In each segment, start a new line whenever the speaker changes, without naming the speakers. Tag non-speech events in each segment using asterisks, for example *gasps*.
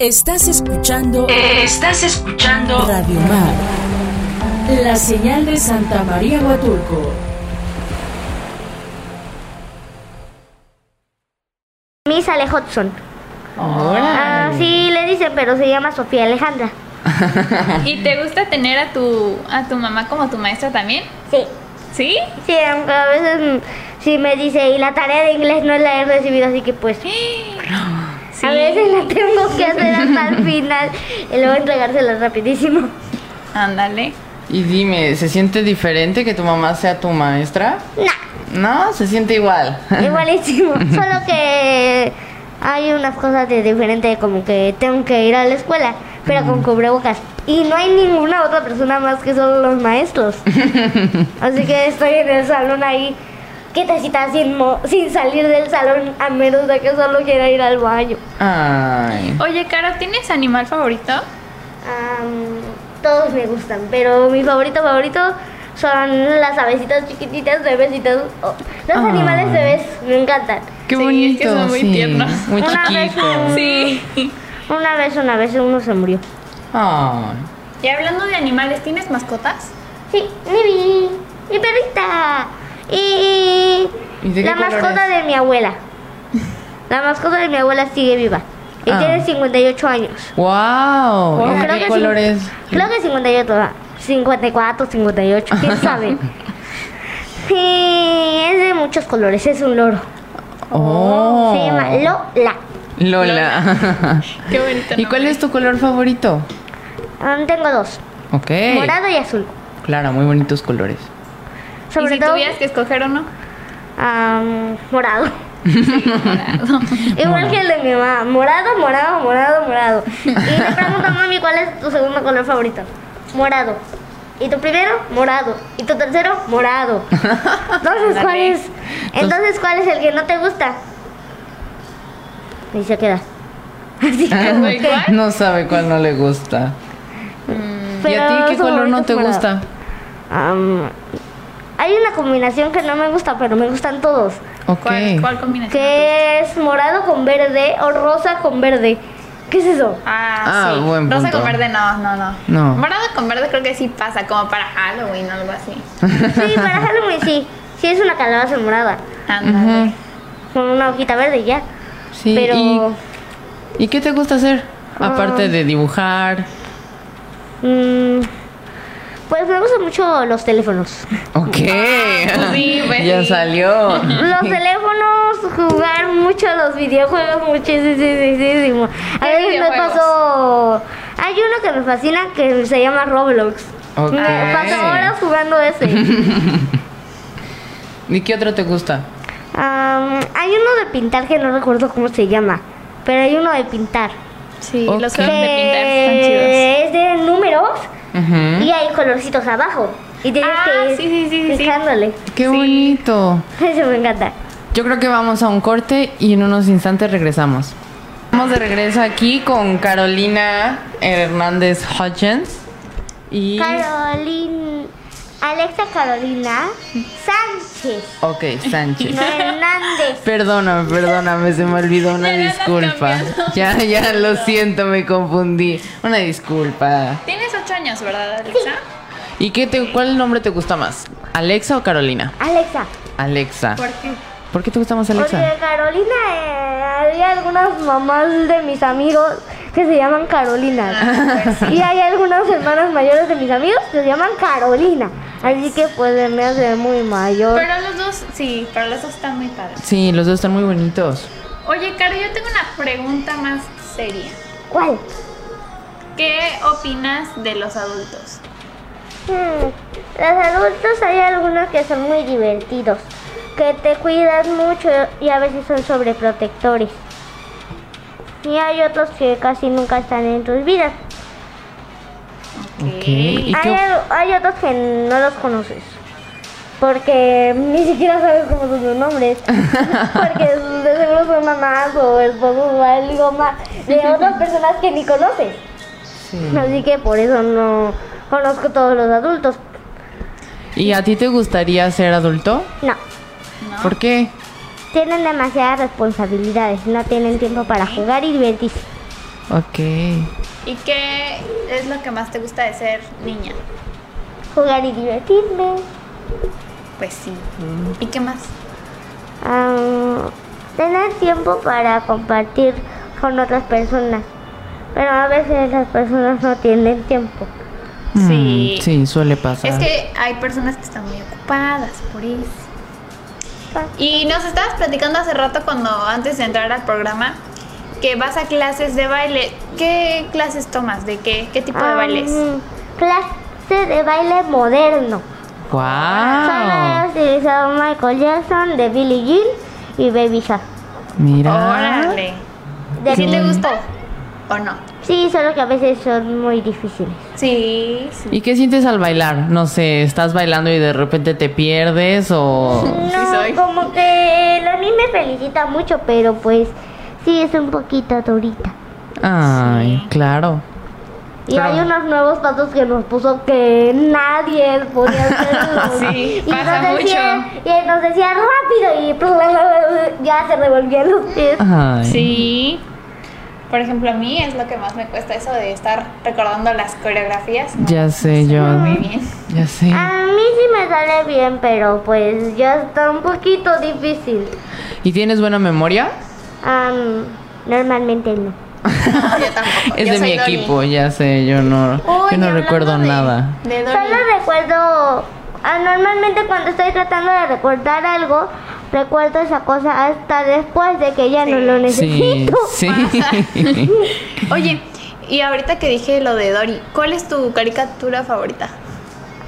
Estás escuchando.
Estás escuchando
Radio Mar. La señal de Santa María Huatulco.
Miss Ale Hudson.
Ahora.
Así le dicen, pero se llama Sofía Alejandra.
¿Y te gusta tener a tu a tu mamá como tu maestra también?
Sí.
¿Sí?
Sí, aunque a veces mm, sí me dice, y la tarea de inglés no la he recibido, así que pues
Sí.
a veces la tengo que hacer hasta el final y luego entregársela rapidísimo.
Ándale.
Y dime, ¿se siente diferente que tu mamá sea tu maestra?
Nah,
No, se siente igual. *laughs*
igualísimo. Solo que hay unas cosas de diferente, como que tengo que ir a la escuela, pero con cubrebocas. Y no hay ninguna otra persona más que solo los
*laughs*
maestros. Así que estoy en el salón ahí, quietecita, sin, mo- sin salir del salón, a menos de que solo quiera ir al baño.
Ay.
Oye, Caro, ¿tienes animal favorito?
Am, todos me gustan, pero mi favorito favorito son las avecitas chiquititas, bebecitos. oh, los
Ah.
animales bebés me encantan.
Qué
Sí, es
bonito.
que son muy
sí,
tiernos.
Muy
Una vez
chiquito.
Sí.
Una vez, una vez uno se murió.
Ay.
Y hablando de animales, ¿tienes mascotas?
Sí, Nibi, mi perrita. Y,
¿Y de qué
la
color
mascota de mi abuela. La mascota de mi abuela sigue viva. Y
Ah.
tiene 58 años.
Wow.
Wow.
¿y de
Creo
¿Qué
sí-
colores?
Creo que 58, va. 54, 58,
*laughs*
quién sabe. Sí, es de muchos colores, es un loro.
Oh.
Se llama Lola.
Lola.
Qué bonito.
*laughs* ¿Y cuál es tu color favorito?
Ah, Tengo dos,
Ok.
morado y azul.
Clara, muy bonitos colores.
Sobre
Sobre
si
todo
tuvieras que escoger uno.
am,
*laughs*
morado.
morado.
Igual que el de mi mamá, morado, morado, morado, morado. Y le pregunto a mami cuál es tu segundo color favorito. Morado. Y tu primero, morado. Y tu tercero, morado.
*laughs*
Entonces, ¿cuál
Ándale.
es? Entonces, ¿cuál es el que no te gusta? Y se queda. *laughs* Así
Ah,
como que-
igual.
No sabe cuál no le gusta. ¿Y
pero
a ti qué
su favorito
color no
es
te
morado.
gusta?
Am, hay una combinación que no me gusta, pero me gustan todos.
Ok.
¿Cuál, cuál combinación?
Que es morado con verde o rosa con verde. ¿Qué es eso?
Ah,
Ah,
sí.
buen
Rosa
punto.
con verde, no, no, no.
No.
Morado con verde creo que sí pasa, como para Halloween o algo así.
Sí,
*laughs*
para Halloween sí. Sí, es una calabaza morada.
Ándale.
Con una hojita verde y ya.
Sí,
Pero
¿Y qué te gusta hacer? Aparte de dibujar.
mm, pues me gustan mucho los
*laughs*
teléfonos.
Ok. Ah, *laughs*
sí, pues
ya
sí.
*laughs* salió.
Los teléfonos, jugar mucho a los videojuegos, muchísimo. A
¿Qué
veces me
videojuegos?
paso... Hay uno que me fascina que se llama Roblox.
Ok.
Me paso horas jugando ese.
¿Y qué otro te gusta?
Am, hay uno de pintar que no recuerdo cómo se llama, pero hay uno de pintar.
Sí,
Ok.
los
Que-
juegos de pintar están chidos. ¿Mm?
Que es de números
Ujú.
y hay colorcitos abajo. Y tienes
Ah,
que ir
sí, sí, sí, sí, sí.
fijándole.
Qué bonito.
*laughs* Eso me encanta.
Yo creo que vamos a un corte y en unos instantes regresamos. Estamos de regreso aquí con Carolina Hernández Hodgins y
Carolina. Alexa Carolina
Mm.
Sánchez.
Ok, Sánchez.
No Hernández.
Perdóname, perdóname, se me olvidó una
Ya le andas
disculpa.
cambiando.
Ya, ya lo siento, me confundí. Una disculpa.
Tienes ocho años, ¿verdad, Alexa?
¿Y qué te, cuál nombre te gusta más? ¿Alexa o Carolina?
Alexa.
Alexa.
¿Por qué?
¿Por qué te gusta más Alexa?
Porque Carolina, eh, había algunas mamás de mis amigos que se llaman Carolina. Y hay algunas hermanas mayores de mis amigos que se llaman Carolina. Así que pues se me hace muy mayor.
Pero los dos, sí, pero los dos están muy padres.
Sí, los dos están muy bonitos.
Oye, Caro, yo tengo una pregunta más seria.
¿Cuál?
¿Qué opinas de los adultos?
Hmm, Los adultos hay algunos que son muy divertidos, que te cuidan mucho y a veces son sobreprotectores. Y hay otros que casi nunca están en tus vidas.
Ok. ¿Y
Hay,
qué-
al- hay otros que no los conoces. Porque ni siquiera sabes cómo son sus
*laughs*
nombres. Porque de seguro son mamás o esposos o algo más de otras personas que ni conoces.
Sí.
Así que por eso no conozco todos los adultos.
¿Y a ti te gustaría ser adulto?
No.
¿No?
¿Por qué?
Tienen demasiadas responsabilidades, no tienen tiempo para jugar y divertirse.
Ok.
¿Y qué es lo que más te gusta de ser niña?
Jugar y divertirme.
Pues sí.
Mm.
¿Y qué más?
Ah, tener tiempo para compartir con otras personas. Pero a veces las personas no tienen tiempo.
Sí.
Mm, sí, suele pasar.
Es que hay personas que están muy ocupadas por eso.
Ah.
Y nos estabas platicando hace rato cuando antes de entrar al programa que vas a clases de baile. ¿Qué clases tomas? ¿De qué? ¿Qué tipo de
Ah,
bailes?
mm, Clase de baile moderno.
Ah.
¡Wow!
Solo he utilizado Michael Jackson, de Billie Jean y Baby Shark.
Mira.
Órale.
De-
¿Sí te gustó? ¿O no?
Sí, solo que a veces son muy difíciles.
Sí, sí.
¿Y qué sientes al bailar? No sé, estás bailando y de repente te pierdes o...
*laughs*
No,
Oh. soy.
como que la mí me felicita mucho, pero pues sí es un poquito durita.
Ay, claro.
Y
Claro.
hay unos nuevos pasos que nos puso que nadie podía hacerlo.
*laughs* Sí,
y
pasa
nos decía,
mucho.
Y nos decía rápido y pues, *laughs* ya se revolvían los pies.
Ah,
Ay.
Sí. Por ejemplo, a mí es lo que más me cuesta eso de estar recordando las coreografías. No,
Ya sé, yo.
Muy bien. *laughs* Ah.
Ya sé.
A mí sí me sale bien, pero pues ya está un poquito difícil.
¿Y tienes buena memoria?
Am, normalmente no.
No, yo tampoco.
*laughs* Es
Yo
de
soy
mi
Dory.
equipo, ya sé, yo no,
Oye,
yo no
hablando
recuerdo
de-
nada.
de Dory.
Solo recuerdo, ah, normalmente cuando estoy tratando de recordar algo, recuerdo esa cosa hasta después de que ya no
Sí.
lo *laughs*
Sí,
necesito.
sí. *laughs*
Oye, y ahorita que dije lo de Dory, ¿cuál es tu caricatura favorita?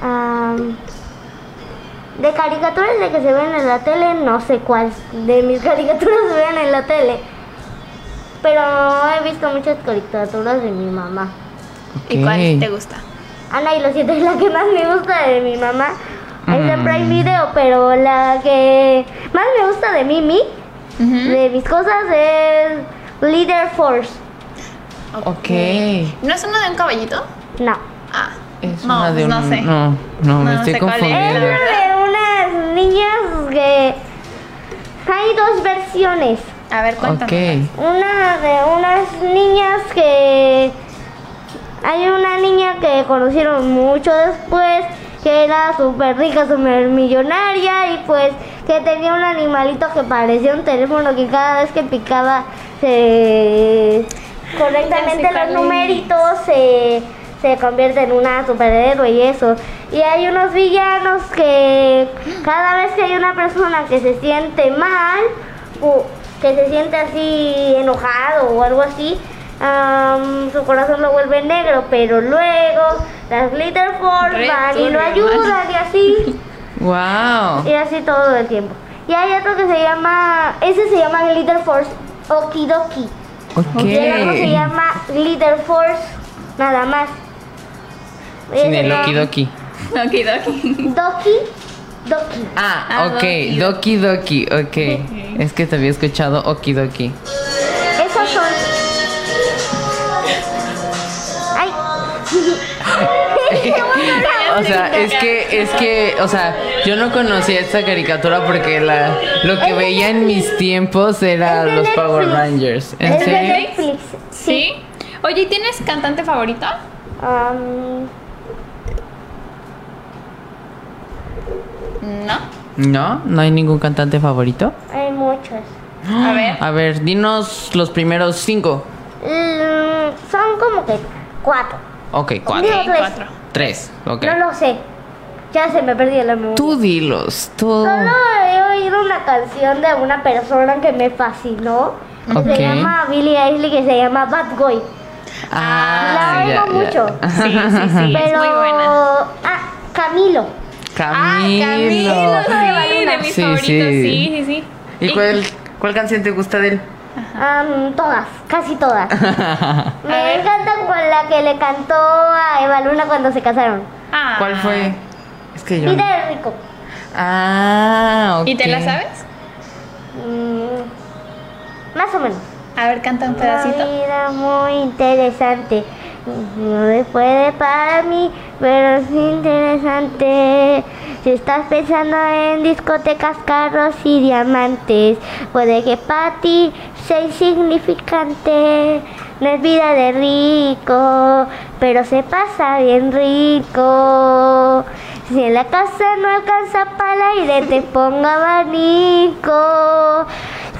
Am, de caricaturas de que se ven en la tele, no sé cuál de mis *laughs* caricaturas se ven en la tele. Pero he visto muchas caricaturas de mi mamá.
¿Y cuál
Ok.
te gusta?
Ana y los siete es la que más me gusta de mi mamá. Ahí siempre hay video, pero la que más me gusta de Mimi, de mis cosas, es Leader Force.
Ok.
¿No es uno de un caballito?
No.
Ah.
Es
no,
una
pues
de un-
no sé.
No, no, me
No
estoy
sé cuál es.
Es Eh,
confundiendo.
la de unas niñas que... Hay dos versiones.
A ver, cuéntame.
Ok.
Una de unas niñas que... Hay una niña que conocieron mucho después, que era súper rica, súper millonaria y pues que tenía un animalito que parecía un teléfono que cada vez que picaba se...
Ya
correctamente
sé cuál
los
es.
numeritos se, se convierte en una superhéroe y eso. Y hay unos villanos que cada vez que hay una persona que se siente mal, o que se siente así enojado o algo así, am, su corazón lo vuelve negro, pero luego las Little Force
Re
van y lo
turbio,
ayudan y así,
Wow.
y así todo el tiempo. Y hay otro que se llama, ese se llama Glitter Force Okidoki.
Ok.
Y el otro se llama Glitter Force, nada más.
Sin
Ese
el
no-
Doki Doki.
Okidoki.
Doki, Doki.
Ah,
Ah,
ok.
Doki
Doki Doki, ok. Es que te había escuchado Oki Doki.
Esos son.
*laughs*
Ay. *laughs* Se vuelve una-
O sea, es que, es que, o sea, yo no conocía esta caricatura porque la, lo que veía en mis tiempos era
Es de
los Power
Netflix.
Rangers. ¿En
Es de
serio?
Netflix.
Sí. Oye, ¿y ¿tienes cantante favorito?
Am,
No.
No, no hay ningún cantante favorito.
hay muchos.
A
*gasps*
ver.
A ver, dinos los primeros cinco.
Mm, son como que cuatro.
Ok,
Digo
cuatro.
Ok,
tres.
cuatro.
Tres, ok.
No lo sé. Ya se me perdió la memoria.
Tú dilos, tú.
Solo he oído una canción de una persona que me fascinó. Que
Ok.
se llama Billie Eilish, que se llama Bad Boy. La
Ah,
oigo
ya, ya.
mucho.
Sí,
*laughs*
sí, sí.
Pero.
Es muy buena.
Ah, Camilo.
Camilo.
Ah, Camilo, sí, de mis
Sí,
favoritos,
sí.
sí, sí, sí.
¿Y cuál, cuál canción te gusta de él?
Am, todas, casi
*laughs*
todas. Me encanta con la que le cantó a Eva Luna cuando se casaron.
Ah.
¿Cuál fue? Es que yo. no-
Vida de rico.
Ah, ok.
¿Y te la sabes?
Mm, más o menos.
A ver, canta un
Una
pedacito.
vida muy interesante. No se puede para mí, pero es interesante. Si estás pensando en discotecas, carros y diamantes, puede que para ti sea insignificante. No es vida de rico, pero se pasa bien rico. Si en la casa no alcanza para el aire, te *laughs* pongo abanico.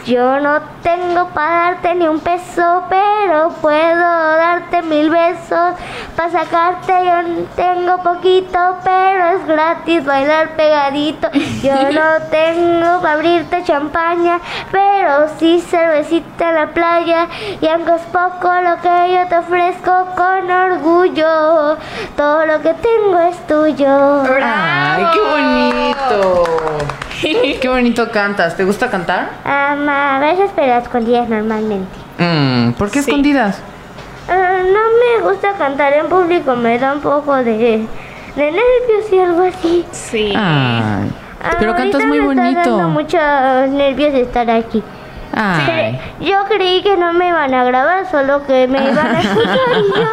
Yo no tengo para darte ni un peso, pero puedo darte mil besos. Para sacarte yo tengo poquito, pero es gratis bailar pegadito. Yo no tengo para abrirte champaña, pero sí cervecita en la playa. Y aunque es poco lo que yo te ofrezco con orgullo, todo lo que tengo es tuyo.
¡Ay, qué bonito! Qué bonito cantas. ¿Te gusta cantar?
Ama, a veces pero a escondidas normalmente.
Mm, ¿Por qué
Sí.
escondidas?
Ah, no me gusta cantar en público, me da un poco de, de nervios y algo así.
Sí.
Ay,
Ah,
pero cantas
ahorita
muy
me está dando
bonito.
muchos nervios de estar aquí. Eh,
Ay.
Yo creí que no me iban a grabar, solo que me iban
*laughs*
a escuchar y yo.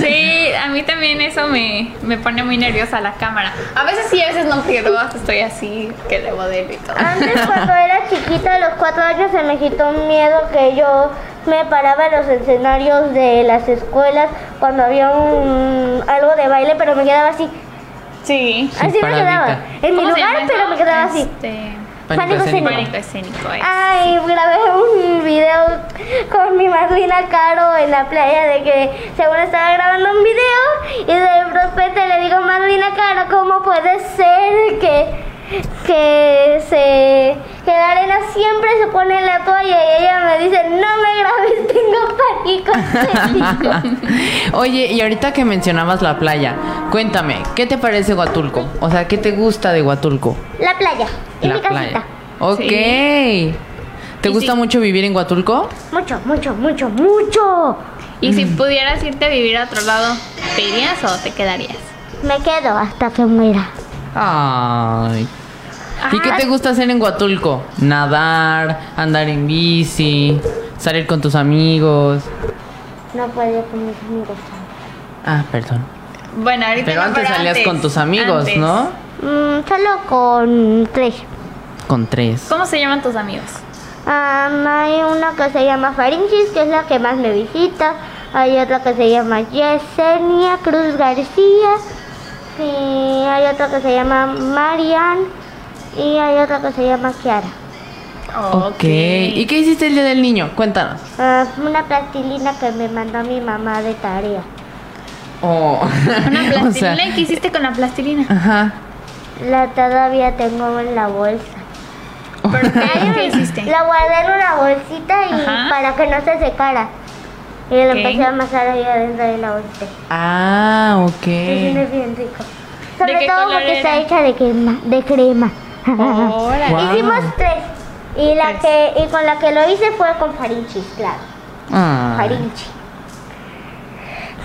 Sí, a mí también eso me, me pone muy nerviosa la cámara. A veces sí, a veces no, porque luego hasta estoy así, que debo de él y todo.
Antes cuando era chiquita, a los cuatro años, se me quitó un miedo que yo me paraba en los escenarios de las escuelas cuando había un, algo de baile, pero me quedaba así.
Sí.
Sí,
así me
paradita.
quedaba. En mi
¿Cómo se
lugar,
llama
pero
eso?
me quedaba así. Ah.
Este,
Pánico escénico.
pánico escénico. eh.
Ay, grabé un video con mi madrina Caro en la playa de que según estaba grabando un video y de repente le digo, madrina Caro, ¿cómo puede ser que, que, se, que la arena siempre se pone en la toalla? Y ella me dice, no me grabes, *laughs* tengo pánico. *laughs* escénico".
*laughs* Oye, y ahorita que mencionabas la playa, cuéntame, ¿qué te parece Huatulco? O sea, ¿qué te gusta de Huatulco?
la playa, en
la
mi casita.
playa. Ok. ¿Te
Y
gusta
sí.
mucho vivir en Huatulco?
Mucho, mucho, mucho, mucho.
Y si pudieras irte a vivir a otro lado, ¿te irías o te quedarías?
Me quedo hasta que muera.
Ay. ¿Y qué te gusta hacer en Huatulco? Nadar, andar en bici, salir con tus amigos.
No puedo con mis amigos.
Ah, perdón.
Bueno, ahorita
Pero
no,
antes salías
antes,
con tus amigos,
antes.
¿no?
Mm, solo con tres.
Con tres.
¿Cómo se llaman tus amigos?
Ah, hay una que se llama Faringis, que es la que más me visita. Hay otra que se llama Yesenia Cruz García. Y hay otra que se llama Marian. Y hay otra que se llama Kiara.
Ok. ¿Y qué hiciste el día del niño? Cuéntanos.
Ah, una plastilina que me mandó mi mamá de tarea.
Oh.
*laughs* Una
*laughs* o
plastilina.
sea,
¿Qué hiciste con la *laughs* plastilina?
ajá.
La todavía tengo en la bolsa.
¿Pero *laughs* qué, ¿Qué hiciste?
La guardé en una bolsita y
Ajá.
para que no se secara. Y la
Ok.
empecé a amasar ahí adentro de la bolsa.
Ah, ok.
Sí, sí, es bien rico. Sobre
qué
todo
color
porque está
era?
hecha de crema. De crema.
*laughs* Órale.
Guau.
Hicimos tres. Y, la
Tres.
que, y con la que lo hice fue con farinchis, claro.
Ah.
Farinchi.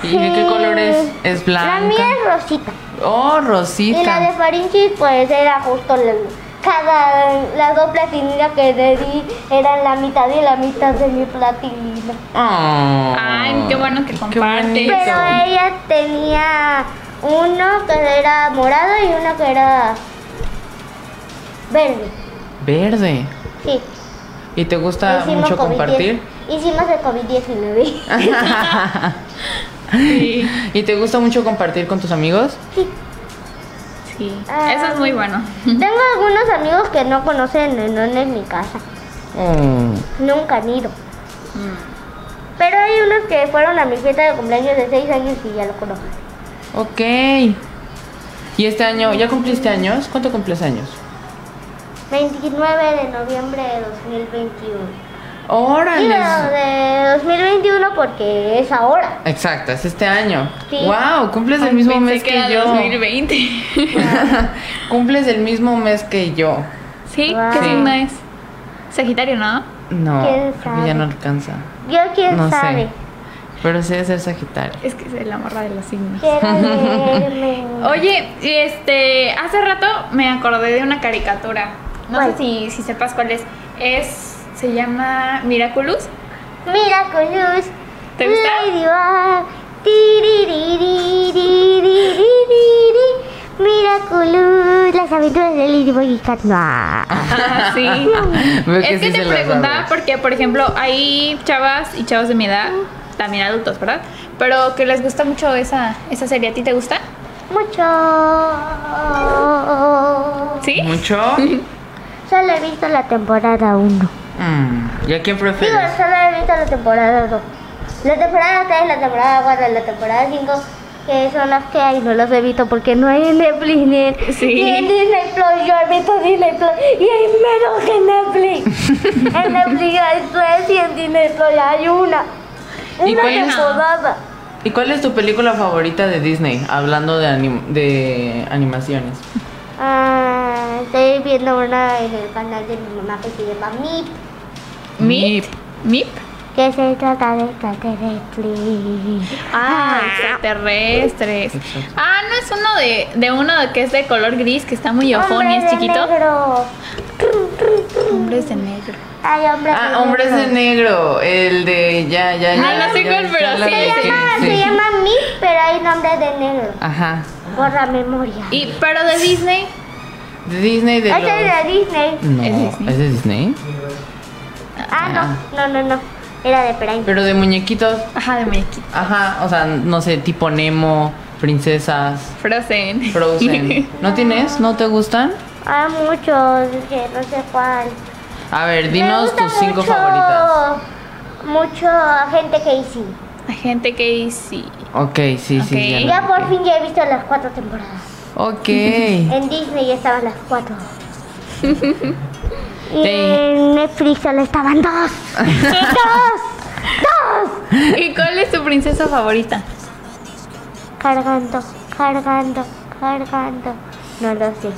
¿Y de qué color es? ¿Es
La
blanca?
mía es rosita.
Oh,
Y la de
rosita.
farinchis pues era justo la- cada las dos platininas que le di eran la mitad y la mitad de mi platina.
Oh.
Ay, qué bueno que compartes.
bonito.
Pero ella tenía uno que era morado y uno que era verde.
Verde.
Sí.
¿Y te gusta
Hicimos
mucho
COVID-10.
compartir? Ah.
Hicimos el COVID-19.
Sí.
*laughs* ¿Y te gusta mucho compartir con tus amigos?
Sí. Eso es muy bueno.
Tengo algunos amigos que no conocen en dónde es mi casa.
Oh.
Nunca han ido.
Mm.
Pero hay unos que fueron a mi fiesta de cumpleaños de 6 años y ya lo conozco.
Ok. ¿Y este año, ya cumpliste años? ¿Cuánto cumples años?
29 de noviembre de 2021.
Ah,
Digo,
¡Órale!
de 2021 porque es ahora.
Exacto, es este año.
Sí.
¡Wow! Cumples el mismo
Pensé
mes que,
era
yo.
2020.
*laughs* cumples el mismo mes que yo.
*laughs* ¿Sí?
Wow.
¿Qué
Sí.
signo es? Sagitario, ¿no?
No,
¿Quién
creo que ya
sabe?
no alcanza.
Yo quién
No sé.
sabe.
Pero sí debe ser Sagitario.
Es que es la morra de los signos.
Quiero leerme.
Oye, este, hace rato me acordé de una caricatura. No
¿Cuál?
sé si, si sepas cuál es. Es, se llama Miraculous.
Mira con luz.
¿Te gusta?
Ladybug. Tiriririririririri. Mira con luz. Las aventuras de Ladybug y Catnua.
Ah, sí.
*laughs* Veo que
es que
sí
te
se la
preguntaba
sabes.
porque, por ejemplo, hay chavas y chavos de mi edad también adultos, ¿verdad? Pero que les gusta mucho esa, esa serie. ¿A ti te gusta?
Mucho.
¿Sí?
¿Mucho?
Solo he visto la temporada 1.
Mm, ¿Y a quién
Digo,
prefieres?
solo he visto la temporada 2. La temporada 3, la temporada 4, la temporada 5, que son las que hay, no las he visto porque no hay en Netflix ni en,
Sí.
ni en Disney Plus. Yo he visto Disney Plus y hay menos que en
*laughs*
Netflix. en Netflix hay tres y en Disney Plus hay una.
¿Y
Una
cuál es?
temporada.
¿Y cuál es tu película favorita de Disney? Hablando de, anim- de animaciones.
Ah, estoy viendo una en el canal de mi mamá que se llama MIP,
¿Mip? ¿Mip?
que se trata de extraterrestres.
Ah, extraterrestres.
Exacto.
Ah, no es uno de, de uno que es de color gris, que está muy ojón y
Hombres
es
de
chiquito.
negro.
Hombres de negro.
Ay, hombres de
Ah, Hombres de
negro.
Negro, el de ya, ya, ya.
Ah, no sé
ya,
cuál,
ya
pero
la
sí,
de-
se
Ah,
sí.
se llama MIP, pero hay nombres de negro.
Ajá.
Por la memoria.
Y, pero de Disney.
De Disney de
Este
los... Mm.
es de Disney.
No,
¿Es Disney?
¿es de Disney?
Ah, no, no, no, no. Era de Prime.
Pero de muñequitos,
Ajá, de Mickey.
ajá, o sea, no sé, tipo Nemo, princesas,
Frozen. *laughs*
Frozen. ¿No tienes? ¿No te gustan?
Hay muchos, que Ah, no sé cuál.
A ver,
Me
dinos
gusta
tus cinco
mucho-
favoritas.
Mucho agente Casey.
Gente que dice.
Ok, sí, sí.
Ok.
ya
Ya
lo-
por fin ya he visto las cuatro temporadas. *laughs*
Ok.
En Disney ya estaban las
*laughs*
cuatro. y
Te-
en Netflix solo estaban
*laughs*
dos. ¡Dos!
¿Y cuál es tu princesa favorita?
Cargando, cargando, cargando. No lo sé.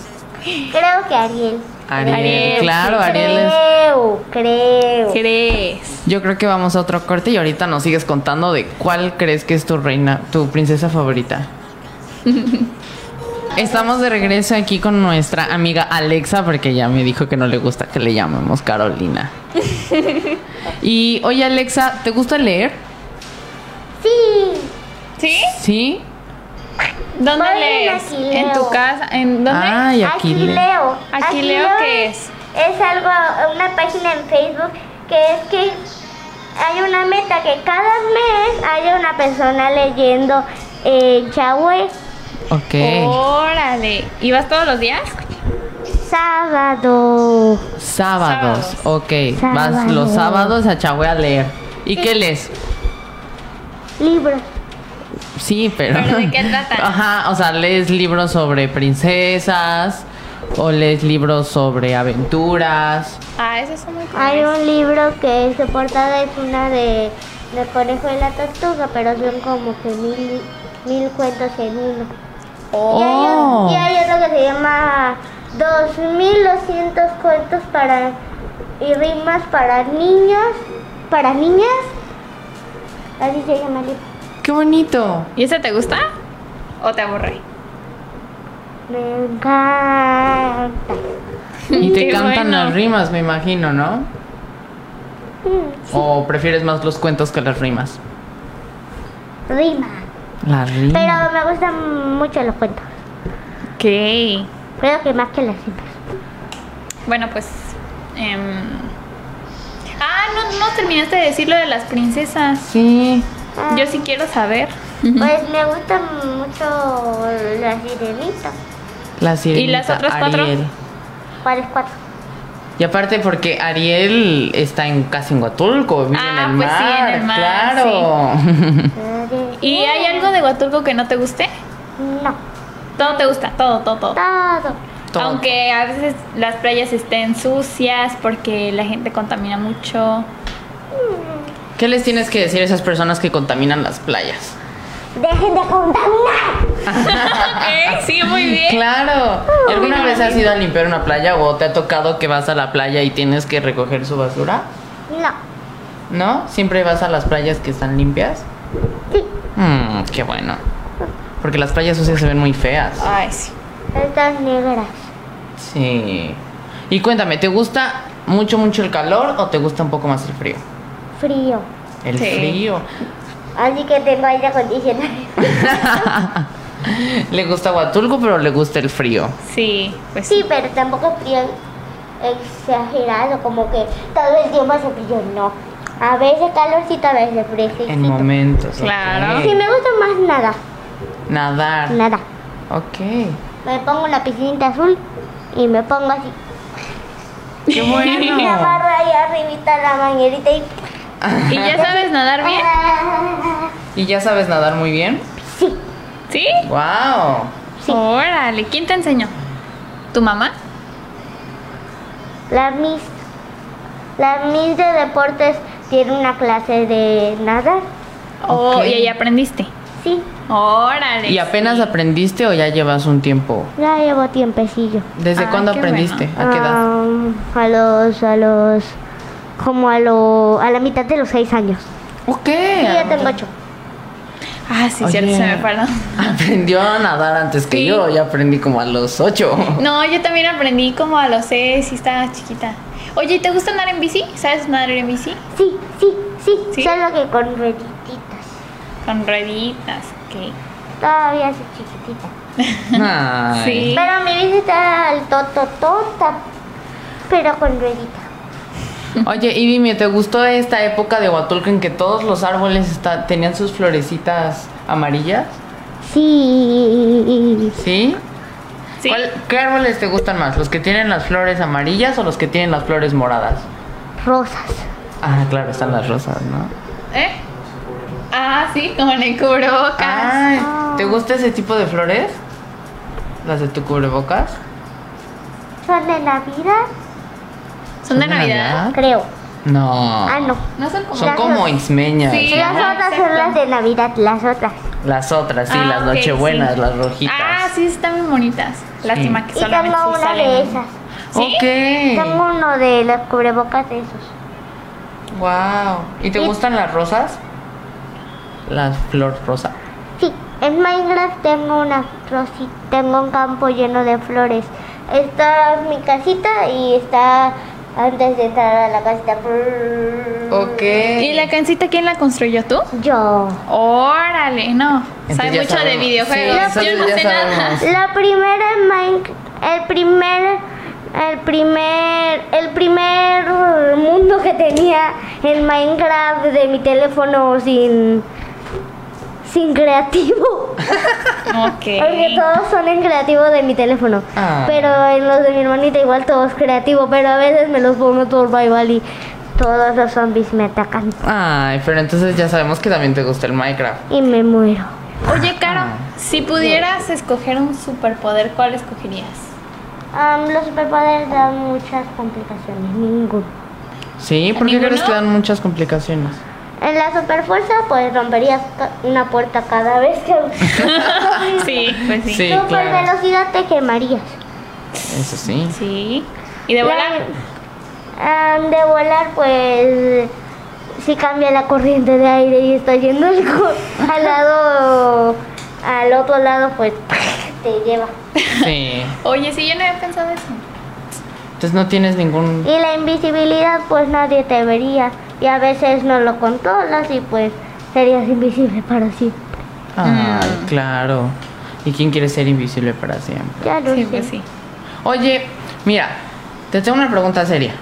Creo que Ariel.
Ariel,
Ariel,
claro,
sí,
Ariel es...
Creo, creo.
¿Crees?
Yo creo que vamos a otro corte y ahorita nos sigues contando de cuál crees que es tu reina, tu princesa favorita. Estamos de regreso aquí con nuestra amiga Alexa porque ya me dijo que no le gusta que le llamemos Carolina. Y oye Alexa, ¿te gusta leer?
Sí.
¿Sí?
Sí.
¿Dónde
Voy en
lees?
Aquileo.
¿En tu casa? ¿En dónde?
Ay, aquí le-
Aquileo.
Aquileo, ¿qué es?
Es algo, una página en Facebook que es que hay una meta que cada mes haya una persona leyendo eh, Yahweh
Oh,
Ok.
Órale. ¿Y vas todos los días?
sábado.
Sábados.
Sábados.
Ok. Vas los
Sábados.
sábados a Chahue a leer. ¿Y qué lees?
Libro.
Sí, pero.
¿Pero de qué
*laughs*
tratan?
Ajá, o sea, lees libros sobre princesas o lees libros sobre aventuras.
Ah, esos son muy cool.
Hay un libro que su portada es una de, de conejo y la tortuga, pero son como que mil, mil cuentos en uno. Y, hay, un- y
Oh,
hay otro que se llama 2200 cuentos para y rimas para niños, para niñas. Así se llama el libro.
qué bonito.
¿Y ese te gusta? ¿O te aburre?
Me encanta.
Y
*laughs*
te
Qué
cantan
bueno.
las rimas, me imagino, ¿no?
Mm,
¿O prefieres más los cuentos que las rimas?
Rima.
Las rimas.
Pero me gustan mucho los cuentos.
Ok.
Creo que más que las rimas.
Bueno, pues. em, Ah, no, no terminaste de decir lo de las princesas.
Sí.
Yo sí quiero saber.
Pues me gustan mucho las sirenitas.
La sirenita,
las otras cuatro?
Ariel.
¿Cuáles cuatro?
Y aparte porque Ariel está en casi en Huatulco, vive
Ah,
en el
pues sí, en
mar,
el mar,
claro. *laughs*
¿Y hay algo de Huatulco que no te guste?
No,
Todo te gusta, todo, todo, todo.
todo.
Todo.
Aunque a veces las playas estén sucias porque la gente contamina mucho. *laughs*
¿Qué les tienes que decir a esas personas que contaminan las playas?
¡Dejen de contaminar!
ok, sí, muy bien. Uh,
Claro. ¿Y alguna vez has ido a limpiar una playa o te ha tocado que vas a la playa y tienes que recoger su basura?
No,
¿No? ¿Siempre vas a las playas que están limpias?
sí.
Mmm, qué bueno. Porque las playas sucias se ven muy feas.
Ay, sí.
Estas negras.
Sí. Y cuéntame, ¿te gusta mucho, mucho el calor o te gusta un poco más el frío?
Frío.
El
Sí.
frío.
Así que tengo aire acondicionado. *laughs*
le gusta Huatulco, pero le gusta el frío.
Sí, pues
Sí, pero tampoco frío exagerado, como que todo el tiempo hace frío. No. A veces calorcito, a veces fresquecito.
En momentos.
Claro.
ok.
Si me gusta más nada,
Nadar.
nada.
Ok.
Me pongo una piscinita azul y me pongo así. *laughs*
*laughs*
Qué
Me
bueno.
amarro ahí arribita la manguerita y...
¿Y ya sabes nadar bien?
¿Y ya sabes nadar muy bien?
Sí,
¿Sí?
Wow.
Órale, ¿quién te enseñó? ¿Tu mamá?
la Miss... La Miss de Deportes tiene una clase de nadar.
Oh,
Ok.
y ahí aprendiste.
Sí,
Órale.
¿Y apenas aprendiste o ya llevas un tiempo?
ya llevo tiempecillo.
¿Desde
Ah,
cuándo
qué Ah.
aprendiste? ¿A qué edad?
Um, a los, a los, como a lo, a la mitad de los seis años.
Ok.
Y ya tengo ocho.
Ah, sí,
Oye.
cierto, se me paró.
Aprendió a nadar antes que
Sí.
yo, ya aprendí como a
*laughs*
los ocho.
No, yo también aprendí como a los seis y estaba chiquita. Oye, ¿y ¿te gusta andar en bici? ¿Sabes nadar en bici?
Sí, sí, sí,
¿Sí?
solo que con rueditas.
Con rueditas, ok.
Todavía soy chiquitita.
Ay.
Sí.
Pero mi bici está al tototota, pero con ruedita.
Oye, y dime, ¿te gustó esta época de Huatulco en que todos los árboles está- tenían sus florecitas amarillas?
Sí,
¿Sí?
Sí.
¿Cuál- ¿Qué árboles te gustan más? ¿Los que tienen las flores amarillas o los que tienen las flores moradas?
rosas.
Ah, claro, están las rosas, ¿no?
¿Eh? Ah, sí, con el cubrebocas.
Ay, ¿Te gusta ese tipo de flores? ¿Las de tu cubrebocas?
¿Son de Navidad?
¿Son de Navidad?
Creo.
No.
Ah, no.
No son como...
Son como ismeñas.
Sí.
¿no?
Las
Ajá,
otras son
exacto.
las de Navidad, las otras.
Las otras, sí,
Ah,
las
ok,
nochebuenas,
sí.
las rojitas.
Ah, sí, están bien bonitas. Lástima que
Y
solamente
tengo
sí
una
salen.
de esas.
¿Sí?
Tengo uno de los cubrebocas de esos.
Ok. Wow. ¿Y te
Y-
gustan las rosas? Las flor rosa.
Sí, en Minecraft tengo una rosi- tengo un campo lleno de flores. Está mi casita y está antes de entrar a la casita.
Ok.
¿Y la cancita quién la construyó tú?
Yo.
Órale, no.
Entonces
Sabe
ya
mucho de
sabemos. Sí,
videojuegos.
entonces
Yo no
ya
sé nada.
sabemos.
La primera en Minecraft, el primer, el primer, el primer mundo que tenía en Minecraft de mi teléfono sin, sin creativo. Porque
*laughs* Ok.
todos son en creativo de mi teléfono.
Ah.
Pero en los de mi hermanita igual todos creativo. Pero a veces me los pongo turbo igual y todos los zombies me atacan.
Ay, pero entonces ya sabemos que también te gusta el Minecraft.
Y me muero.
Oye, Caro,
Ah.
si pudieras escoger un superpoder, ¿cuál escogerías?
Am, los superpoderes dan muchas complicaciones. Ninguno.
Sí, porque
¿Ninguno?
crees que dan muchas complicaciones.
En la superfuerza pues romperías ca- una puerta cada vez
*laughs*
que...
Sí, pues sí.
Sí.
Super
claro.
velocidad te quemarías.
*laughs*
Eso sí.
Sí. ¿Y de volar?
La- am, de volar pues... Si cambia la corriente de aire y está yendo al, co- al lado... Al otro lado pues *laughs* te lleva.
Sí.
Oye, sí, yo no había pensado eso.
Entonces no tienes ningún.
Y la invisibilidad pues nadie te vería. Y a veces no lo controlas y pues serías invisible para siempre.
Ay, claro. ¿Y quién quiere ser invisible para siempre?
Ya lo
Sí,
sé.
pues sí.
Oye, mira, te tengo una pregunta seria.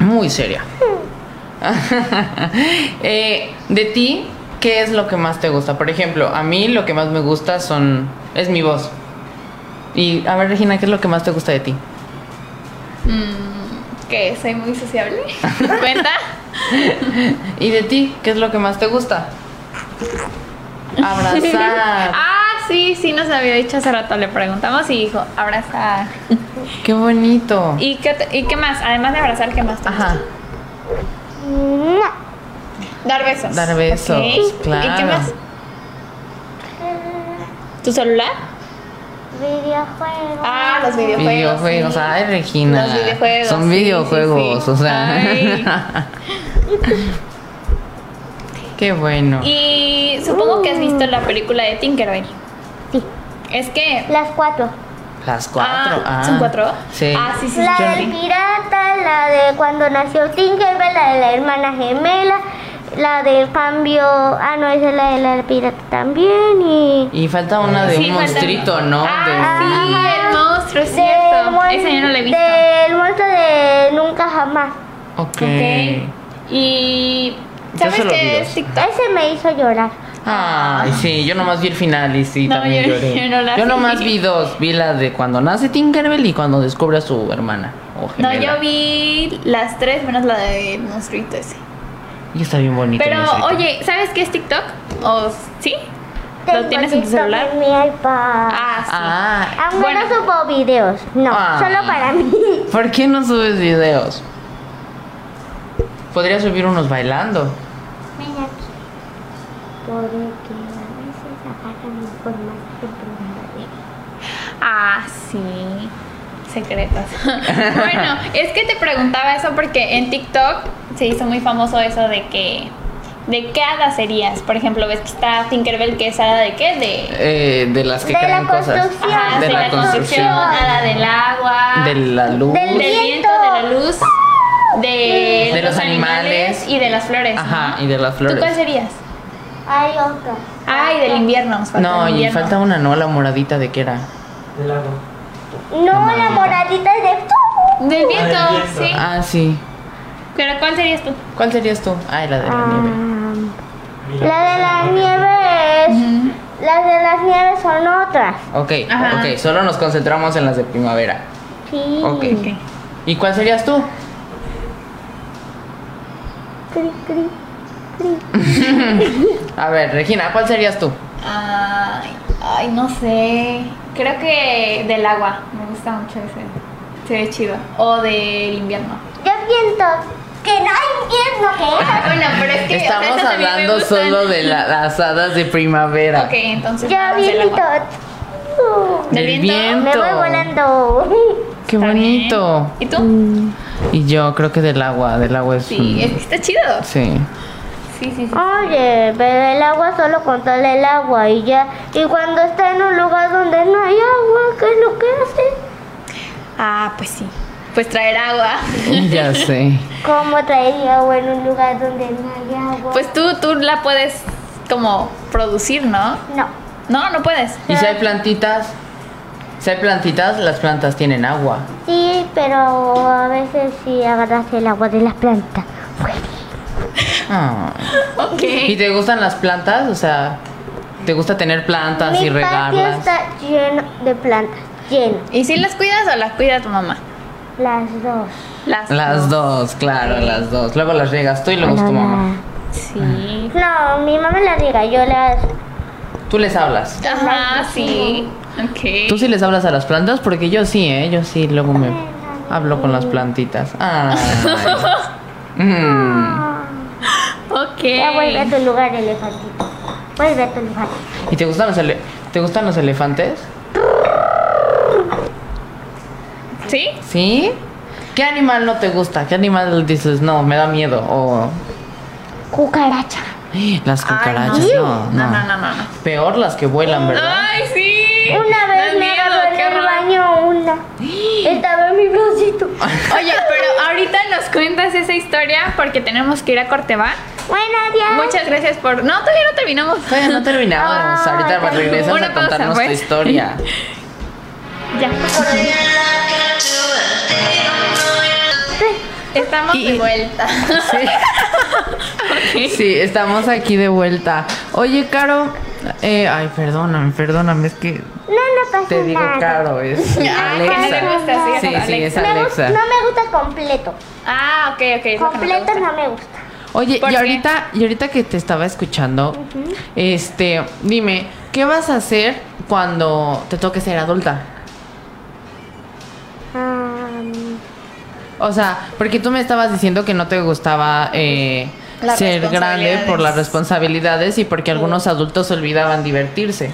Muy seria. *laughs* Eh, de ti, ¿qué es lo que más te gusta? Por ejemplo, a mí lo que más me gusta son. es mi voz. Y a ver, Regina, ¿qué es lo que más te gusta de ti?
Mm, ¿Qué? ¿Soy muy
*laughs*
sociable? ¿Cuenta?
¿Y de ti, qué es lo que más te gusta? Abrazar.
Ah, sí, sí, nos había dicho hace rato. Le preguntamos y dijo, abrazar.
Qué bonito.
¿Y qué, te- y qué más? Además de abrazar, ¿qué más te gusta?
Ajá.
Mm, No.
Dar besos.
Dar besos,
Ok. ¿Y qué
claro.
más? ¿Tu celular?
Videojuegos.
Ah, los videojuegos.
Videojuegos.
sí.
Ay, Regina.
Los videojuegos.
Son
sí, sí,
videojuegos,
sí.
o sea.
Ay.
*laughs* Qué bueno.
Y supongo que has visto la película de Tinkerbell.
Sí.
Es que.
Las cuatro.
Las cuatro.
Ah,
ah.
¿Son cuatro?
Sí.
Ah, sí, sí,
La
sí.
del pirata, la de cuando nació Tinkerbell, la de la hermana gemela, la del cambio. Ah, no, esa es la de la del pirata también. Y.
Y falta una de
Sí,
un
falta-
monstruito, ¿no?
Ah, sí, el monstruo, es
del
cierto.
mon-
Ese yo no lo he visto.
Del monstruo de Nunca Jamás.
Ok.
Ok. Y.
Yo
¿Sabes
solo vi
qué
dos.
es TikTok?
Ese me hizo llorar.
Ay, sí, yo nomás vi el final y sí,
No,
también
yo-
lloré.
yo no la vi.
nomás vi dos. Vi la de cuando nace Tinkerbell y cuando descubre a su hermana. o
No,
gemela.
yo vi las tres menos la de monstruito ese.
Y está bien bonito.
Pero,
no sé.
oye, ¿sabes qué es TikTok? ¿O sí? ¿Lo
Tengo
tienes en tu
TikTok
celular?
En mi iPad.
Ah, sí.
Ah,
Aunque
bueno.
no subo videos. No,
Ah.
solo para mí.
¿por qué no subes videos? Podría subir unos bailando.
Ven aquí. Porque a veces apagan información.
Ah, sí. Secretos. *laughs* bueno, es que te preguntaba eso porque en TikTok se hizo muy famoso eso de que. ¿De qué hada serías? Por ejemplo, ves que está Tinkerbell que es hada de qué? De.
Eh, de las que
De la
crean cosas.
construcción. Ajá,
de
sí,
la
la construcción.
construcción.
hada del agua.
De la luz.
del
Del
viento,
viento.
de la luz, de,
De los animales.
y de las flores. ¿no?
Ajá, y de las
¿Tú cuál
flores.
serías?
Hay otra.
Ay, del invierno. nos falta
No,
el
y
invierno.
falta una, ¿no? La moradita de que era.
No,
moradita.
la moradita es de.
Del viento, sí.
Ah, sí.
Pero ¿cuál serías tú?
¿Cuál serías tú? Ah, la de la nieve.
La de las nieves. Ah, Las de las nieves son otras.
Ok,
Ajá.
ok, solo nos concentramos en las de primavera.
Sí.
Ok. ¿Y cuál serías tú?
Cri, cri.
A ver, Regina, ¿cuál serías tú?
Ay, ay, no sé. Creo que del agua. Me gusta mucho ese. Se ve chido. O del invierno.
Yo siento que no hay invierno que es.
bueno, pero es que. o sea,
Estamos
esas a mí me
hablando
gustan.
solo de la- las hadas de primavera.
Ok, entonces. nada
Yo
más del
viento.
agua.
Uh,
Del
Del
viento.
viento.
Me voy *laughs* volando.
Qué
Está bien.
bonito. Mm.
¿Y tú?
Y yo creo que del agua, del agua es.
Sí, es que está chido. Ah.
Sí.
*laughs* Sí, sí, sí.
Oye, pero el agua solo controla el agua y ya. Y cuando está en un lugar donde no hay agua, ¿qué es lo que hace?
Ah, pues sí. Pues traer agua.
Ya sé.
¿Cómo traer agua en un lugar donde no hay agua?
Pues tú, tú la puedes como producir, ¿no?
no.
No, no puedes.
¿Y si hay plantitas? Si hay plantitas, las plantas tienen agua.
Sí, pero a veces sí agarras el agua de las plantas.
Ah.
Ok.
¿Y te gustan las plantas? O sea, ¿te gusta tener plantas y
Mi patio
regarlas?
está lleno de plantas, lleno.
¿Y si las cuidas o las cuida tu mamá?
Las dos.
Las.
Las dos, claro, las dos. Luego las riegas tú y luego es tu mamá.
Sí.
No, mi mamá las diga, yo las.
Tú les hablas.
Ajá, sí.
Tú
Ok.
sí les hablas a las plantas porque yo sí, ¿eh? Yo sí, luego me hablo con las plantitas.
*laughs*
Ah. Mm.
Ok.
Ya vuelve a tu lugar, elefantito. Vuelve a tu lugar.
¿Y te gustan los ele- te gustan los elefantes?
¿Sí?
¿Sí? ¿Qué animal no te gusta? ¿Qué animal dices, no, me da miedo? O
Cucaracha.
las cucarachas,
Ay,
no, no.
No, no, no, no. no.
Peor las que vuelan, ¿verdad?
Ay, sí.
Una vez me
Da miedo,
agarró
qué
en el
horror.
baño una. Estaba en mi bracito.
*laughs* Oye, pero ahorita nos cuentas esa historia porque tenemos que ir a Corteva.
Buenos días.
Muchas gracias por. No, todavía no terminamos.
Todavía no terminamos.
Ay,
Ahorita regresas
Una
a
pausa,
contarnos tu
pues. *laughs*
historia.
Ya. Estamos
Y-
de vuelta. *laughs*
Sí. Sí, estamos aquí de vuelta. Oye, Caro. eh, ay, perdóname, perdóname, es que
No, no pasa
te
*laughs*
digo
nada.
Caro, es
Ah, que no le
Alexa.
gusta, sí, es
Sí, sí, es
Alexa.
Me gus-
Alexa.
no me gusta completo.
Ah, ok, ok. es lo que no te
Completo
gusta.
no me gusta.
Oye,
¿Por
y
qué?
ahorita, y ahorita que te estaba escuchando, este, dime, ¿qué vas a hacer cuando te toque ser adulta?
Am,
O sea, porque tú me estabas diciendo que no te gustaba eh,
Las
ser grande por
responsabilidades.
las responsabilidades y porque algunos adultos olvidaban divertirse.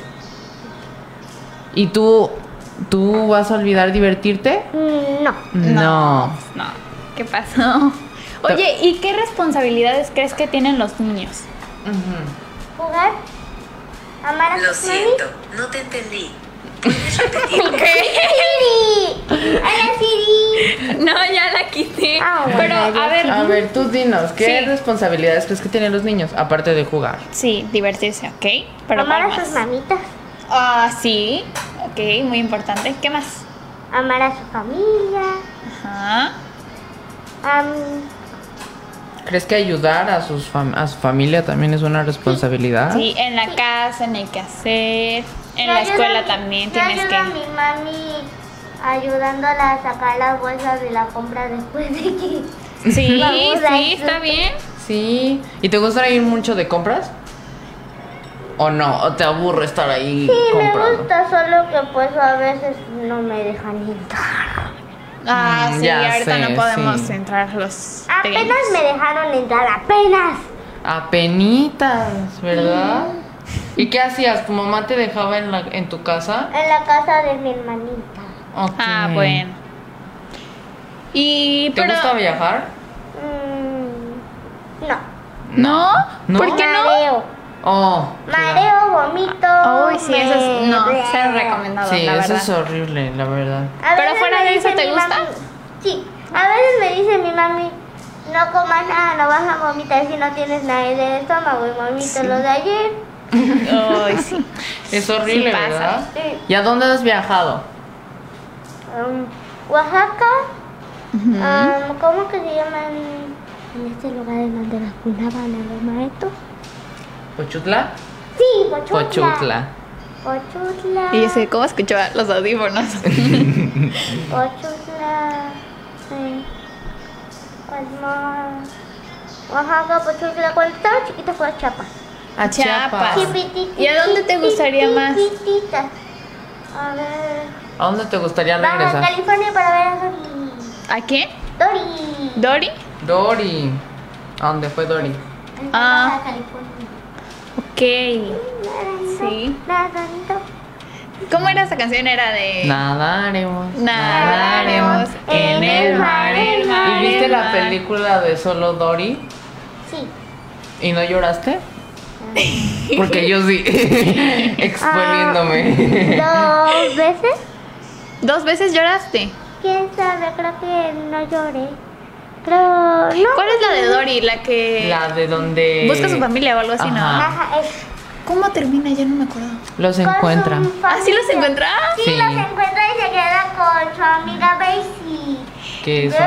¿Y tú, tú vas a olvidar divertirte?
mm, no.
No.
No. ¿Qué pasó? *laughs* Oye, ¿y qué responsabilidades crees que tienen los niños? *laughs*
Ujú.
¿Jugar? ¿Amar a
Lo
tus mami?
siento, no te entendí. ¿Puedes repetirlo?
¡Siri! ¡Hola, Siri!
No, ya la quité.
Ah, bueno,
Pero, a
ya.
ver.
A ver, tú dinos, ¿qué
Sí.
responsabilidades crees que tienen los niños? Aparte de jugar.
Sí, divertirse, ¿ok? Pero
Amar
¿cuál
a sus
más?
mamitas.
Ah, sí. Ok, muy importante. ¿Qué más?
Amar a su familia.
Ajá.
am,
¿Crees que ayudar a, sus fam- a su familia también es una responsabilidad?
Sí, en la casa, en el quehacer, en
Yo
la
ayudo-
escuela también
yo
tienes
ayudo
que...
a mi mami ayudándola a sacar las bolsas de la compra después de que...
*laughs* Sí,
Vamos a
sí, está
eso.
bien.
Sí. ¿Y te gusta ir mucho de compras? ¿O no? ¿O te aburre estar ahí
Sí, me
comprando?
gusta, solo que pues a veces no me dejan entrar.
Ah,
Mm,
sí,
ya
ahorita
sé,
no podemos
sí.
entrar los...
Apenas
tenis.
me dejaron entrar, apenas.
Apenitas, ¿verdad? ¿Y qué hacías? ¿Tu mamá te dejaba en, la, en tu casa?
En la casa de mi hermanita.
Ok.
Ah, bueno. Y,
¿Te
pero...
gusta viajar?
Mm, no.
¿No?
¿No?
¿Por qué no?
Mareo.
Oh. claro.
Mareo, vomito.
Ah, Uy, sí, eso es... No,
me-
ser recomendado,
Sí,
la
eso
verdad.
es horrible, la verdad.
A
Pero
veces
fuera
me
de eso,
dice
¿te
mi
gusta?
mami- sí, a veces me dice mi mami, no comas nada, no vas a vomitar si no tienes nada en el estómago y vomito lo de ayer.
Ay, sí.
Es horrible,
pasa.
¿verdad?
Sí.
¿Y a dónde has viajado?
Um, Oaxaca, um, ¿cómo que se llaman en este lugar en donde vacunaban a los maestros?
¿Pochutla?
Sí, Pochutla.
Pochutla.
Pochutla.
Y yo sé, ¿cómo escuchó los audífonos?
Pochutla. Sí. ¿Cuál más? Oaxaca, Pochutla. Cuando estaba chiquita fue a Chiapas.
A
Chiapas.
Chiapas.
Chiquititititititititita.
¿Y a dónde te gustaría más?
A ver.
¿A dónde te gustaría
Baja
regresar?
California para ver a Dory.
¿A quién?
Dory.
¿Dori?
Dori. ¿A dónde fue Dori?
Ah.
Baja California.
Ok. Sí.
Nadando.
¿Cómo era esa canción? Era de...
Nadaremos.
Eh, Nadaremos en el mar, el mar,
¿Y viste
el
la
mar.
película de solo Dory?
Sí.
¿Y no lloraste? Porque yo sí. *laughs* Exponiéndome.
Ah,
*laughs*
¿Dos veces?
¿Dos veces lloraste?
¿Quién sabe? Creo que no lloré. Creo... No.
¿Cuál es la de Dory? La que
La de donde.
busca a su familia o algo así,
Ajá.
¿no?
Ajá, Ah, es...
¿Cómo termina? Ya no me acuerdo.
Los
con su
encuentra.
¿Ah, sí los
familia.
encuentra?
Sí,
Sí.
los encuentra y se queda con su amiga Basie.
Que son.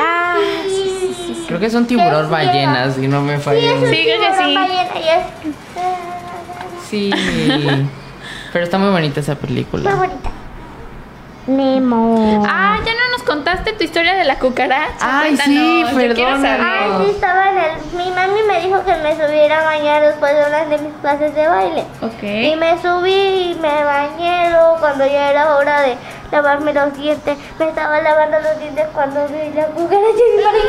Ah,
sí, sí, sí.
Creo que son tiburón ballenas, si no me
Sí, es
falla.
un
Sí, creo que
tiburón
sí.
ballena y es... eh,
Sí. Pero está muy bonita esa
Muy
película.
bonita. Nemo.
Ah, ya no nos contaste tu historia de la cucaracha.
Ay,
Cuéntanos,
sí,
yo quiero
perdóname.
saber.
Ay, sí, estaba en el... Mi mami me dijo que me subiera a bañar después de una de mis clases de baile. Y
Ok.
me subí y me bañé luego cuando ya era hora de lavarme los dientes. Me estaba lavando los dientes cuando vi la cucaracha y me corrí.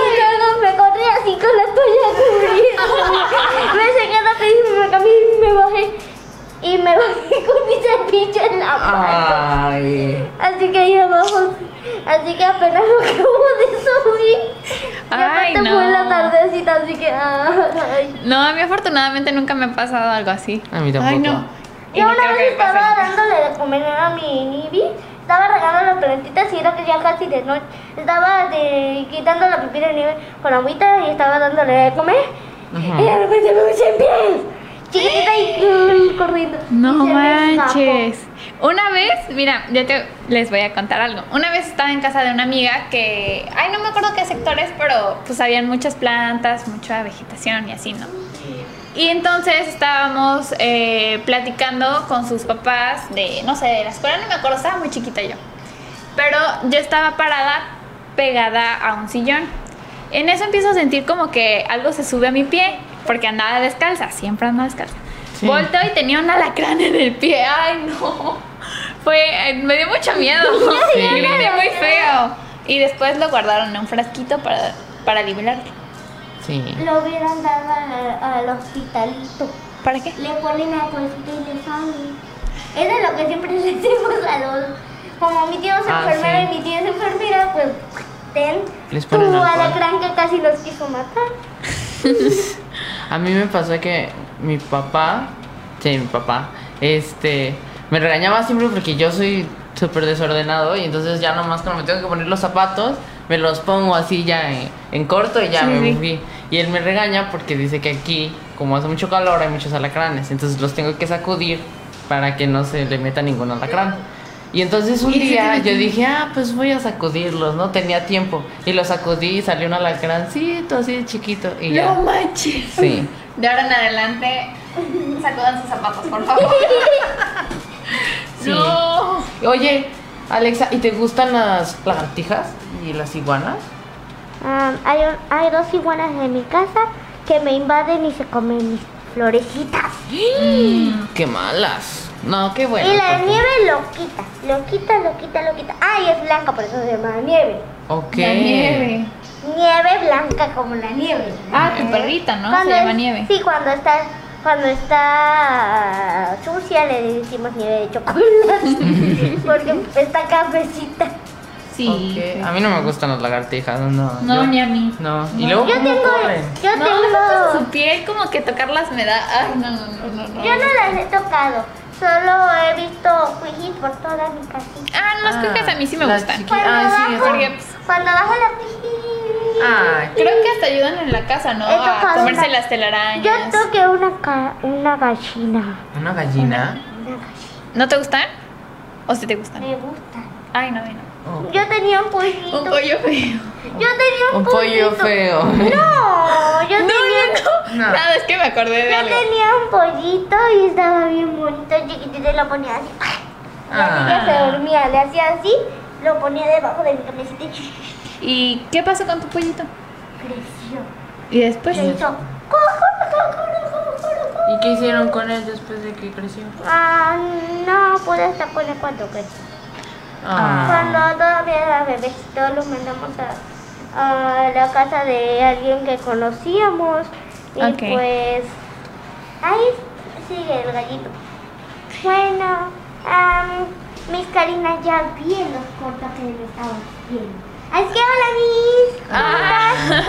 Y luego me corrí así con la toalla cubriendo. Me sequé rapidísimo, me cambié y me bajé. Y me bajé con mi cepillo en la mano.
Ay.
Así que ahí abajo, así que apenas lo acabo de subir. Y
Ay,
aparte fue en la
no.
tardecita, así que... ay.
No, a mí afortunadamente nunca me ha pasado algo así.
A mí tampoco.
Ay, no. Y
Yo
no
una
quiero que
vez
me pase.
estaba dándole de comer a mi nibi, estaba regando las plantitas y era que ya casi de noche. Estaba de- quitando la pipí de nieve con agüita y estaba dándole de comer.
Ajá.
Y de repente me puse en pies, chiquitita y mm, corriendo.
No
Y se me escapó.
manches. Una vez, mira, yo te, les voy a contar algo. Una vez estaba en casa de una amiga que, ay, no me acuerdo qué sectores, pero pues habían muchas plantas, mucha vegetación y así, ¿no? Y entonces estábamos eh, platicando con sus papás de, no sé, de la escuela, no me acuerdo, estaba muy chiquita yo. Pero yo estaba parada pegada a un sillón. En eso empiezo a sentir como que algo se sube a mi pie, porque andaba descalza, siempre andaba descalza.
Sí.
Volteo y tenía un alacrán en el pie. Ay, no. Fue, eh, me dio mucho miedo. *laughs*
Sí.
Grité muy feo. Y después lo guardaron en un frasquito para, para liberarlo.
Sí.
Lo hubieran dado al, al hospitalito.
¿Para qué?
Le ponen la cosita y le salen. Eso es lo que siempre *laughs* le decimos a los... Como mi tío es
Ah,
enfermero
sí.
y mi tía es enfermera, pues ten
Les
tu
ponen alcohol.
alacrán que casi nos quiso matar.
A mí me pasó que mi papá, sí, mi papá, este, me regañaba siempre porque yo soy súper desordenado y entonces ya nomás cuando me tengo que poner los zapatos, me los pongo así ya en, en corto y ya
Sí,
me
sí.
moví. Y él me regaña porque dice que aquí, como hace mucho calor, hay muchos alacranes, entonces los tengo que sacudir para que no se le meta ningún alacrán. Y entonces un
Y dije,
día
"Tiene
yo dije, ah, pues voy a sacudirlos, ¿no? Tenía tiempo. Y los sacudí y salió un alacrancito así de chiquito. Y ya.
No manches.
Sí.
De ahora en adelante, sacudan sus zapatos, por favor.
*laughs* Sí.
No.
Oye, Alexa, ¿y te gustan las lagartijas y las iguanas?
Ah, hay, un- hay dos iguanas en mi casa que me invaden y se comen mis florecitas.
¡Qué malas! No, qué bueno. pues
y la
porque-
nieve lo quita, lo quita, lo quita, lo quita. Ah, y es blanca, por eso se llama nieve.
Ok.
La nieve.
Nieve blanca como la nieve. Eh,
Ah, tu perrita, ¿no? Se
Cuando
llama
es-
nieve.
Sí, cuando está, cuando está sucia le decimos nieve de
*laughs*
chocolate. porque está cafecita.
Sí.
Ok. A mí no me gustan las lagartijas, no.
No,
yo-
ni a mí.
No. Y
No.
luego,
Yo
¿cómo
tengo,
corren?
yo
no, luego
tengo,
su piel como que tocarlas me da. Ay, no, no, no, no. no.
yo no las he tocado, solo he visto cuijis por toda mi casita.
Ah, las
Ah,
cuijas a mí sí me
las
gustan.
chiqui- Ah, sí,
Cuando
esas-
Porque pues,
Cuando bajo la cuijis,
Ay,
creo que hasta ayudan en la casa, ¿no?
He
A
tocado
comerse
una-
las telarañas.
yo toqué una, ca- una gallina.
¿Una gallina?
Una gallina.
¿No te gustan? ¿O sí te gustan?
Me gusta.
Ay, no, ay, no.
Oh,
Yo tenía un pollito.
Un pollo feo.
Yo tenía un,
Un pollo
pollito.
feo.
No,
*laughs*
yo tenía...
No.
Nada, es que me acordé de
Yo
algo.
tenía un pollito y estaba bien bonito, chiquitito, y lo ponía así.
Ah.
Ya se dormía, le hacía así, lo ponía debajo de mi camiseta y creció.
¿Y qué pasó con tu pollito? Y después.
Se hizo.
¿Y qué hicieron con él después de que creció?
Ah, no pude estar con él cuando creció. Cuando
Ah.
todavía era bebé, todos lo mandamos a, a la casa de alguien que conocíamos. Y
Ok.
pues ahí sigue el gallito. Bueno, am, mis carinas ya bien los cortos que me estaban viendo. Así que hola, mis.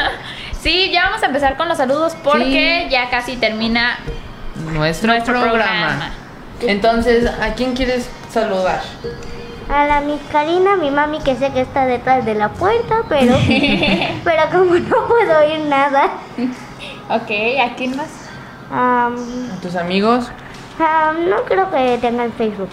Ah. *laughs* Sí, ya vamos a empezar con los saludos porque
Sí.
ya casi termina
Nuestro,
nuestro
programa. Entonces, ¿a quién quieres saludar?
A la mis Karina, mi mami que sé que está detrás de la puerta, pero, pero como no puedo oír nada,
Ok, ¿a quién más?
am,
¿A tus amigos?
Ah, no creo que tengan Facebook.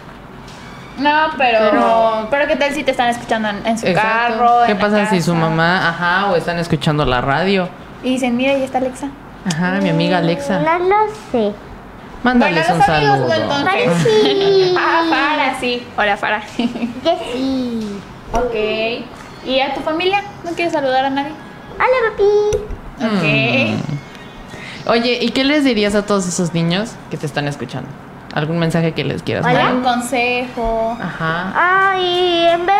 No, pero,
Pero-
pero. qué tal si te están escuchando en, en su
Exacto.
carro.
¿Qué
en la
pasa si su
casa?
mamá, ajá, o están escuchando la radio?
Y dicen, mira, ahí está Alexa.
Ajá, mi amiga Alexa.
No lo sé.
Mándales
Bueno, los
un
amigos no,
saludo.
entonces.
Para
*laughs*
sí.
Ah, Fara, sí. Hola, Fara. *laughs*
Jessy.
ok. ¿Y a tu familia? ¿No quieres saludar a nadie?
Hola, papi.
Mm.
Ok.
Oye, ¿y qué les dirías a todos esos niños que te están escuchando? ¿Algún mensaje que les quieras
Hola.
dar?
¿Algún consejo?
Ajá.
Ah, y en vez.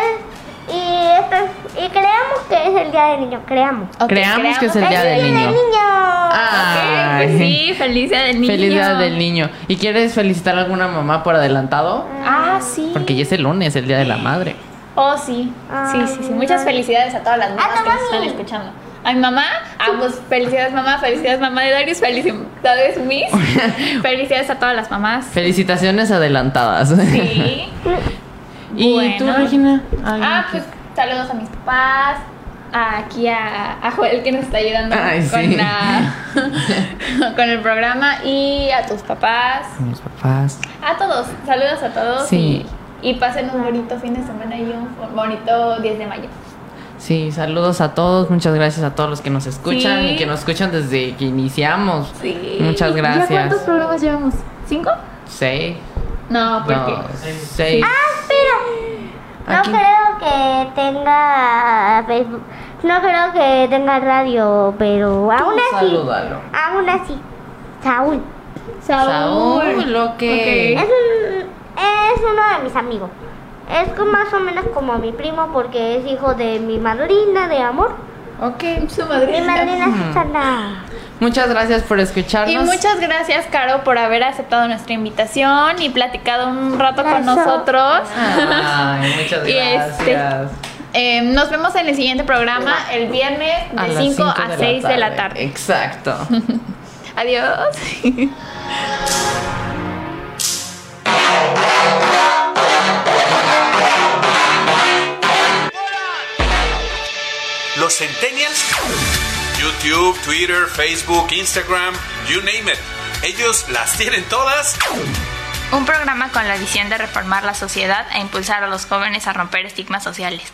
Y, este- y creamos que es el día del niño. Creamos.
Ok,
Creamos que es el
creamos-
Día del
Día
Niño. Ah.
del niño.
Ok,
Ay.
pues sí, feliz día del niño.
Feliz día del niño. ¿Y quieres felicitar a alguna mamá por adelantado?
Ah, sí.
Porque ya es el lunes, el día de la madre.
Oh, sí. Sí, sí, sí. Muchas felicidades a todas las mamás
A tu
que nos están
mami.
escuchando. A mi mamá, ah, pues felicidades mamá, felicidades mamá de Darius, felicidades
*laughs*
Miss, felicidades a todas las mamás.
Felicitaciones adelantadas.
Sí.
*laughs* ¿Y tú,
Bueno.
Regina? Ay,
Ah,
¿qué?
pues saludos a mis papás, a- aquí a, a Joel que nos está ayudando
Ay,
con,
sí.
la- *laughs* con el programa y a tus papás,
Mis papás.
a todos, saludos a todos
Sí.
y, y pasen un bonito fin de semana y un bonito 10 de mayo.
Sí, saludos a todos. Muchas gracias a todos los que nos escuchan
Sí.
y que nos escuchan desde que iniciamos.
Sí.
Muchas gracias.
programas llevamos? ¿Cinco?
Seis.
No, Ah, porque... Ah,
No, seis.
Ah, No
Aquí.
creo que tenga Facebook. No creo que tenga radio, pero
Tú
aún así.
Salúdalo.
Aún así. Saúl.
Saúl, lo que.
Es, un- es uno de mis amigos. Es co- más o menos como mi primo porque es hijo de mi madrina de amor.
Ok, su
Mi
madrina.
madrina Susana.
Muchas gracias por escucharnos.
Y muchas gracias, Caro, por haber aceptado nuestra invitación y platicado un rato con
Gracias.
nosotros.
Ay,
*laughs*
muchas
Y este-
gracias.
Eh, nos vemos en el siguiente programa el viernes
A
de
las
5
cinco
a 6 de la tarde.
Exacto.
Adiós.
Los Centennials. YouTube, Twitter, Facebook, Instagram, you name it. Ellos las tienen todas.
Un programa con la visión de reformar la sociedad e impulsar a los jóvenes a romper estigmas sociales.